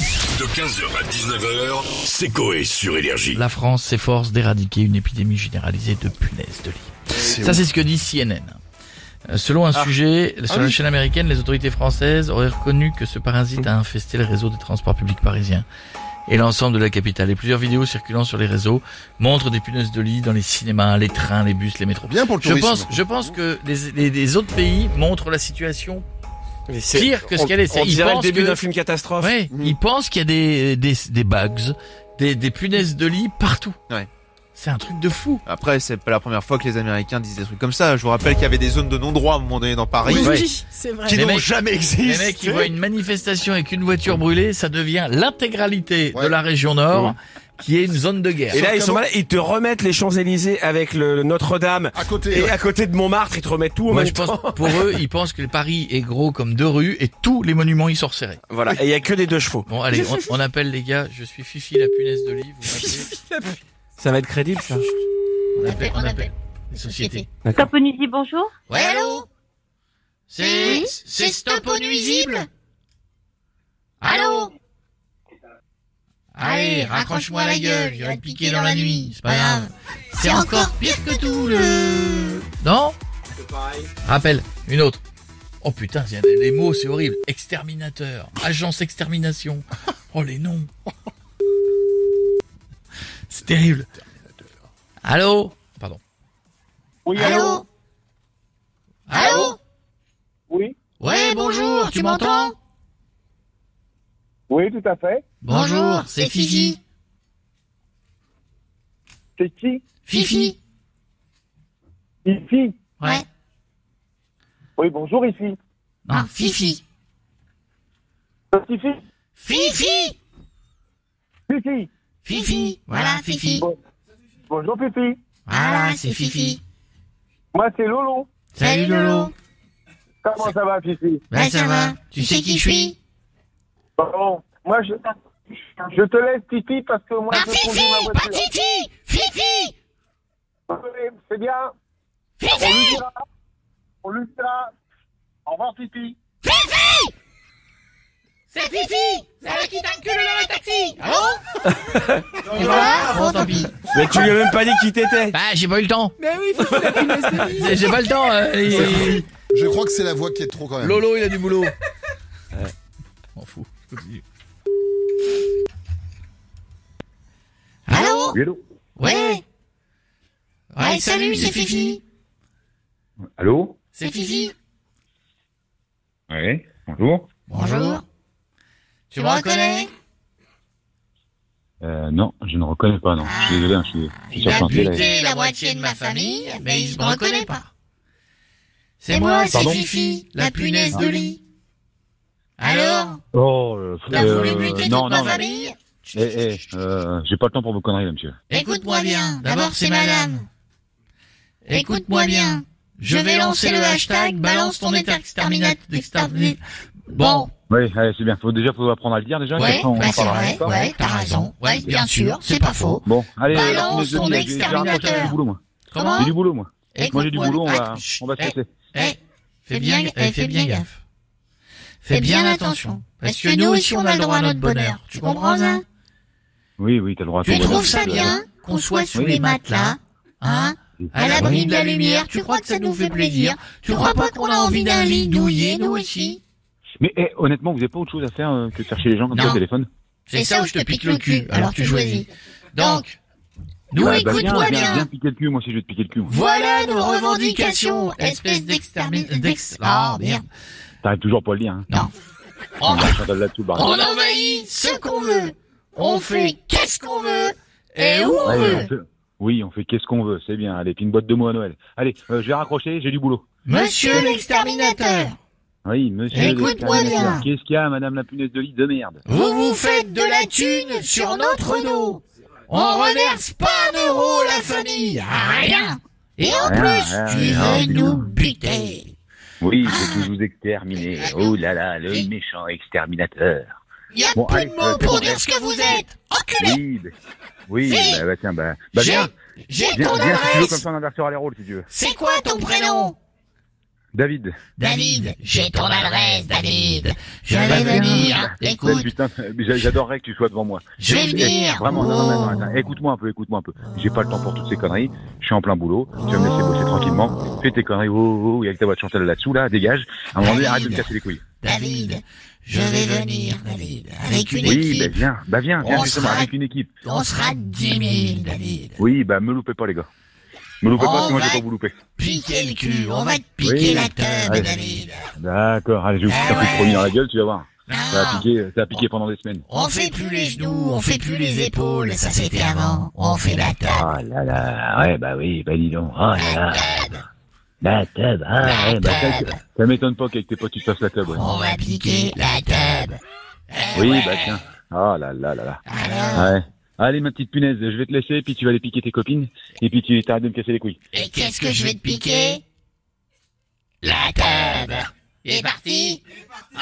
De 15h à 19h, c'est Coé sur Énergie. La France s'efforce d'éradiquer une épidémie généralisée de punaises de lit. Ça, c'est ce que dit CNN. Euh, Selon Ah. un sujet sur la chaîne américaine, les autorités françaises auraient reconnu que ce parasite a infesté le réseau des transports publics parisiens et l'ensemble de la capitale. Et plusieurs vidéos circulant sur les réseaux montrent des punaises de lit dans les cinémas, les trains, les bus, les métros. Bien pour le Je tourisme. pense, je pense que les, les- les autres pays montrent la situation Mais c'est- pire que ce on- qu'elle est. C'est- On ils dirait le pensent début que- d'un film catastrophe. Ouais, ils pensent qu'il y a des, des, des bugs, des, des punaises de lit partout. Ouais. C'est un truc de fou. Après, c'est pas la première fois que les Américains disent des trucs comme ça. Je vous rappelle qu'il y avait des zones de non-droit à un moment donné dans Paris. Oui, ouais. c'est vrai. Qui Les n'ont mecs- jamais Les existé. mecs qui voient une manifestation avec une voiture brûlée, ça devient l'intégralité de Ouais. la région Nord, qui est une zone de guerre. Et là, ils sont qu'à mal, ils te remettent les Champs-Élysées avec le, le Notre-Dame. À côté. Et à côté de Montmartre, ils te remettent tout en Moi, même je pense, temps. pour eux, ils pensent que le Paris est gros comme deux rues et tous les monuments y sont resserrés. Voilà. Et il y a que des deux chevaux. Bon, allez, on, on appelle les gars. Je suis Fifi la punaise de lit. Vous m'appelez. Ça va être crédible, ça. On appelle, on appelle. Les sociétés. Stop Onusy, bonjour. Ouais, allô C'est, Oui, c'est stop aux au nuisible nuisibles Allô Allez, raccroche-moi la gueule, j'irai te piquer dans la nuit, c'est pas grave. C'est encore pire que tout le... Non Rappel, une autre. Oh putain, c'est- les mots, c'est horrible. Exterminateur, agence extermination. Oh les noms. C'est terrible. Allô Pardon. Allô Allô Oui, Ouais, bonjour, tu m'entends oui, tout à fait. Bonjour, c'est Fifi. C'est qui Fifi Ici Ouais. Oui, bonjour, ici. Non, Ah, Fifi. Euh, Fifi Fifi Fifi Fifi Voilà, Fifi. Bonjour, Fifi. Voilà, c'est Fifi. Moi, c'est Lolo. Salut Lolo. Comment ça va, Fifi Ben ça va, tu sais qui je suis Bon, moi, je... Je te laisse, Fifi, parce que moi, Pas je conduis Ben, Fifi ma Pas voiture. Ah, Fifi Fifi Oui, C'est bien. On lui Fifi dira. On lui dira. Au revoir, Fifi. C'est Fifi C'est avec qui t'as enculé dans le taxi Allô Et voilà, bon Oh, tant pis. Mais tu lui as même pas dit qui t'étais. Oh, Bah, j'ai pas eu le temps. Mais oui, Fifi la punaise de lit. J'ai j'ai pas le temps. euh, il- Je crois que c'est la voix qui est trop quand même. Lolo, il a du boulot. M'en fous. Allô Hello. Ouais Ouais, salut, c'est Fifi Allô C'est C'est Fifi Oui, bonjour. Bonjour. Tu me reconnais Euh, non, je ne reconnais pas, non. Je suis désolé, hein, je suis, je suis Il a surchanté, là. buté la moitié de ma famille, mais il me reconnaît pas. C'est moi, c'est Fifi, la punaise de lit. Alors Oh, euh, T'as euh, voulu buter non, toute ma non, mais- famille Eh, eh, euh, j'ai pas le temps pour vos conneries, là, monsieur. Écoute-moi bien, d'abord c'est madame. Écoute-moi bien. Je vais lancer le hashtag balance ton exterminateur. d'extermin- Bon, Oui, allez, c'est bien. Faut déjà, faut apprendre à le dire, déjà. comme ouais, ça, on en bah c'est parlera vrai, encore. ouais, t'as raison. Ouais, bien sûr, c'est pas faux. Bon, allez, Balance euh, mais je- ton mais j'ai- exterminateur. J'ai du boulot, moi. Comment J'ai du boulot, moi. Moi, j'ai du Écoute-moi boulot, on bien. va, Ah, chut, on va se eh, casser. eh, Fais bien, eh, fais bien gaffe. Fais Eh, bien attention. Parce que nous aussi on a le droit à notre bonheur. Tu comprends ça Oui, oui, t'as le droit à Tu ton trouves bonheur. ça bien qu'on soit sous les matelas Hein À l'abri Oui. de la lumière, tu crois que ça nous fait plaisir Tu crois pas qu'on a envie d'un lit douillet, nous aussi Mais, eh, honnêtement, vous avez pas autre chose à faire euh, que de chercher les gens comme Non. ça au téléphone? C'est ça où je te pique le cul, alors tu choisis. Donc, nous Bah, bah, écoute-moi viens, viens, bien. viens piquer le cul, moi, si je vais te piquer le cul. moi. Voilà nos revendications, espèce d'exterminateur. Ah, merde. T'arrives toujours pas à le dire, hein. Non. On va chanter là-dessous, bordel. On envahit ce qu'on veut. On fait qu'est-ce qu'on veut et où on Ouais, veut. on fait- Oui, on fait qu'est-ce qu'on veut, c'est bien. Allez, puis une boîte de mots à Noël. Allez, euh, je vais raccrocher, j'ai du boulot. Monsieur l'exterminateur, Oui, monsieur. Écoute-moi le- bien. Qu'est-ce qu'il y a, madame la punaise de lit de merde vous vous faites de la thune sur notre dos. On reverse pas un euro la famille, rien. Et en Rien, plus, rien, tu rien. veux nous Ah. buter. hein, Oui, je vais tous vous exterminer. Oh là là, le méchant exterminateur. Y a Bon, plus allez, de euh, mots c'est pour bon. dire ce que vous êtes. Enculé. Oui, bah, oui, Si. bah, bah, tiens, bah, bah J'ai- viens, J'ai viens, ton viens, si tu veux, comme adresse. ça on inversera les rôles si tu veux. C'est quoi ton prénom David. David, j'ai ton adresse, David. Je vais venir. Ouais, Écoute, putain, j'a- j'adorerais que tu sois devant moi. je vais Eh, venir. Oh. Vraiment, non, non, non, non, écoute-moi un peu, écoute-moi un peu. J'ai pas le temps pour toutes ces conneries. Je suis en plein boulot. Tu vas me laisser bosser tranquillement. Fais tes conneries. Oh, oh, il y a que ta voix de Chantal là-dessous, là. Dégage. À un moment donné, arrête de me casser les couilles. David, je vais venir, David. Avec une Oui, bah équipe, viens, bah viens, viens On justement sera- avec une équipe. on sera 10 000, David. Oui, bah me loupez pas les gars. Me loupez On pas, sinon je va- vais pas vous louper. Piquer le cul, on va te Oui. piquer la teub, Ouais. David. D'accord, allez, je vais vous Ah taper ouais. Ah. le premier dans la gueule, tu vas voir. Ça a Non, piqué, ça a piqué pendant des semaines. on fait plus les genoux, on fait plus les épaules, ça c'était avant. On fait la teub. Oh là là, ouais, bah oui, bah dis donc. Oh là là, teub. la teub, ah ouais, bah Oh, La ça, teub. ça m'étonne pas qu'avec tes potes tu te fasses la teub, ouais. On va piquer la teub. Eh Oui, ouais. bah tiens. Oh là là là là. Alors, Ouais. Allez, ma petite punaise, je vais te laisser, puis tu vas aller piquer tes copines, et puis tu t'arrêtes de me casser les couilles. et qu'est-ce que je vais te piquer La teub. Il est parti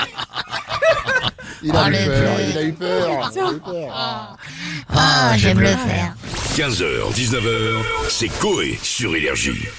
Il a Oh, eu le peur, bleu. il a eu peur. il a eu peur. Oh, je vais me le faire. 15h, 19h, c'est Coé sur Énergie.